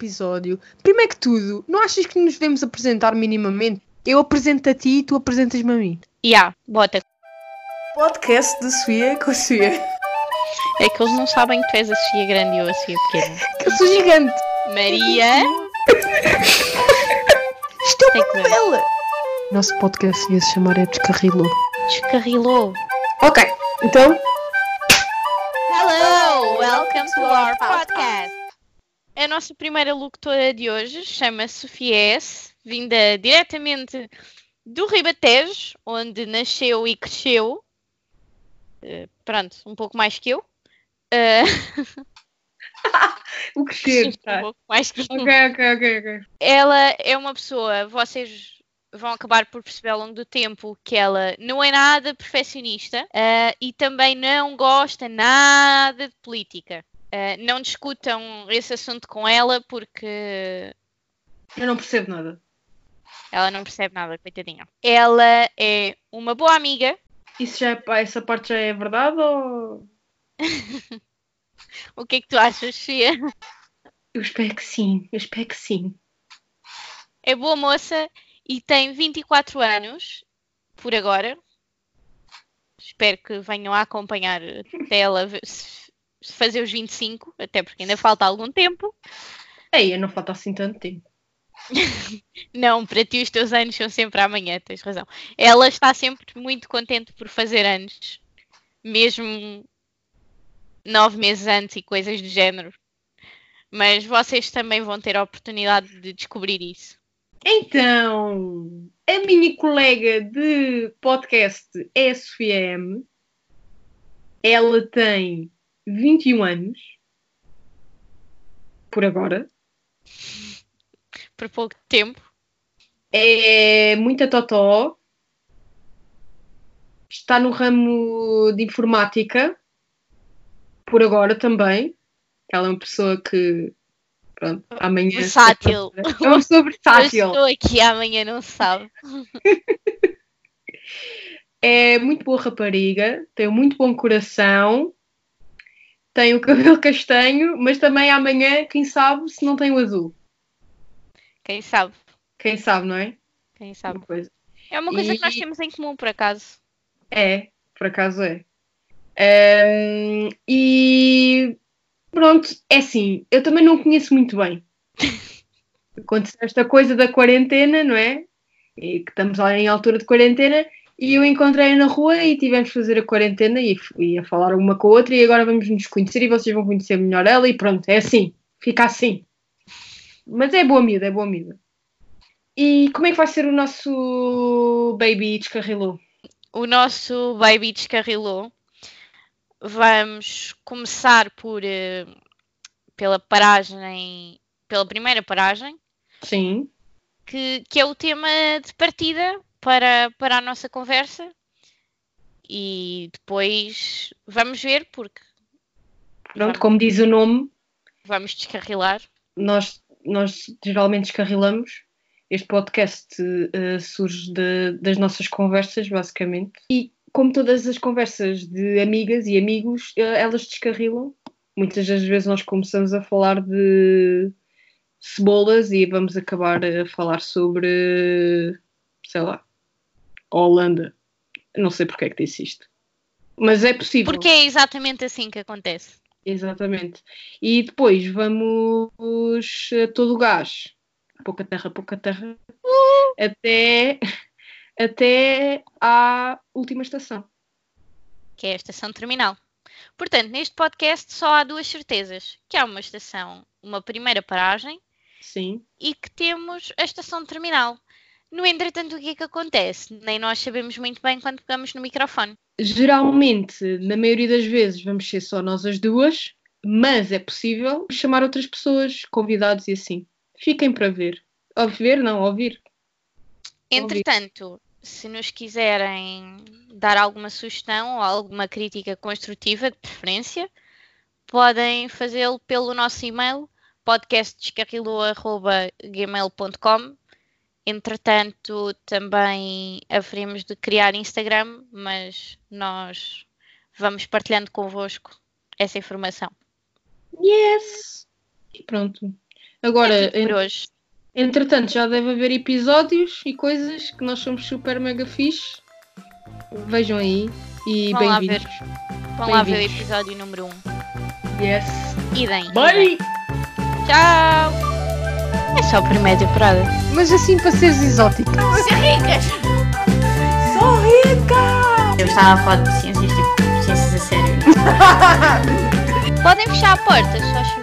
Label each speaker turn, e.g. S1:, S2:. S1: episódio. Primeiro que tudo, não achas que nos devemos apresentar minimamente? Eu apresento a ti e tu apresentas-me a mim.
S2: Ya, bota.
S1: Podcast de Sofia com a Sofia.
S2: É que eles não sabem que tu és a Sofia grande e eu a Sofia pequena.
S1: Que eu sou gigante.
S2: Maria.
S1: Isto é
S2: Tem que
S1: uma
S2: ver.
S1: novela. Nosso podcast ia se chamar É Descarrilou.
S2: Descarrilou.
S1: Ok, então.
S2: Hello, welcome to our podcast. A nossa primeira locutora de hoje chama-se Sofia S, vinda diretamente do Ribatejo, onde nasceu e cresceu. Eh, pronto, um pouco mais que eu. Eh,
S1: O que chega,
S2: um pouco mais que eu.
S1: ok, ok, ok.
S2: Ela é uma pessoa, vocês vão acabar por perceber ao longo do tempo que ela não é nada perfeccionista ah, e também não gosta nada de política. Ah, não discutam esse assunto com ela porque
S1: Eu não percebo nada.
S2: ela não percebe nada, coitadinha. Ela é uma boa amiga,
S1: Isso já essa parte já é verdade ou.
S2: o que é que tu achas, Fia?
S1: Eu espero que sim, eu espero que sim.
S2: É boa moça e tem 24 anos, por agora. Espero que venham a acompanhar até ela ver- se- se fazer os 25, até porque ainda falta algum tempo.
S1: Ei, eu não falta assim tanto tempo.
S2: Não, para ti os teus anos são sempre amanhã, tens razão. Ela está sempre muito contente por fazer anos, mesmo nove meses antes e coisas do género. Mas vocês também vão ter a oportunidade de descobrir isso.
S1: Então, a minha colega de podcast é a Sofia M. Ela tem 21 anos. Por agora.
S2: Por pouco tempo.
S1: É muita totó. Está no ramo de informática. Por agora também. Ela é uma pessoa que. Pronto, amanhã.
S2: Versátil.
S1: É uma pessoa
S2: Eu
S1: versátil.
S2: estou aqui amanhã, não se sabe.
S1: É muito boa rapariga, tem um muito bom coração, tem o cabelo castanho, mas também amanhã, quem sabe, se não tem o azul.
S2: Quem sabe?
S1: Quem sabe, não é?
S2: Quem sabe?
S1: Uma coisa.
S2: É uma coisa que nós
S1: E-
S2: temos em comum, por acaso.
S1: É, por acaso é. Ahm, e pronto, é assim, eu também não conheço muito bem. Aconteceu esta coisa da quarentena, não é? E que estamos lá em altura de quarentena, e eu encontrei na rua e tivemos de fazer a quarentena e, f- e a falar uma com a outra, e agora vamos nos conhecer e vocês vão conhecer melhor ela, e pronto, é assim, fica assim. Mas é boa miúda, é boa miúda. E como é que vai ser o nosso baby descarrilou?
S2: O nosso baby descarrilou. Vamos começar por eh, pela paragem, pela primeira paragem,
S1: Sim.
S2: que, que é o tema de partida para, para a nossa conversa. E depois vamos ver, porque
S1: Pronto, como diz o nome,
S2: vamos descarrilar.
S1: nós, nós geralmente descarrilamos. Este podcast eh, surge de- das nossas conversas, basicamente. E como todas as conversas de amigas e amigos, eh, elas descarrilam. Muitas das vezes nós começamos a falar de cebolas e vamos acabar a falar sobre, sei lá, a Holanda. Não sei porque é que disse isto. Mas é possível.
S2: Porque é exatamente assim que acontece.
S1: Exatamente. E depois vamos a todo o gás. Pouca terra, pouca terra. Até, até à última estação.
S2: que é a estação terminal. Portanto, neste podcast só há duas certezas: que há uma estação, uma primeira paragem,
S1: Sim.
S2: e que temos a estação terminal. No entretanto, o que é que acontece? Nem nós sabemos muito bem quando pegamos no microfone.
S1: Geralmente, na maioria das vezes, vamos ser só nós as duas, mas é possível chamar outras pessoas, convidados e assim. Fiquem para ver. Ou ver, não, ouvir.
S2: Entretanto, se nos quiserem dar alguma sugestão ou alguma crítica construtiva, de preferência, podem fazê-lo pelo nosso e-mail podcastdescarrilou.gmail.com Entretanto, também haveremos de criar Instagram, mas nós vamos partilhando convosco essa informação.
S1: Yes! E pronto.
S2: É
S1: Agora,
S2: tudo por hoje.
S1: Entretanto, já deve haver episódios e coisas que nós somos super mega fixe. Vejam aí e
S2: Vão lá
S1: bem-vindos.
S2: Vão lá ver o
S1: bem-vindos.
S2: episódio número 1.
S1: Yes.
S2: Idem. idem.
S1: Bye!
S2: Tchau! É só por média parada.
S3: Mas assim para seres exótico.
S4: Eu estava a
S2: né?
S4: falar de ciências, tipo, ciências a sério.
S2: Podem fechar a porta, só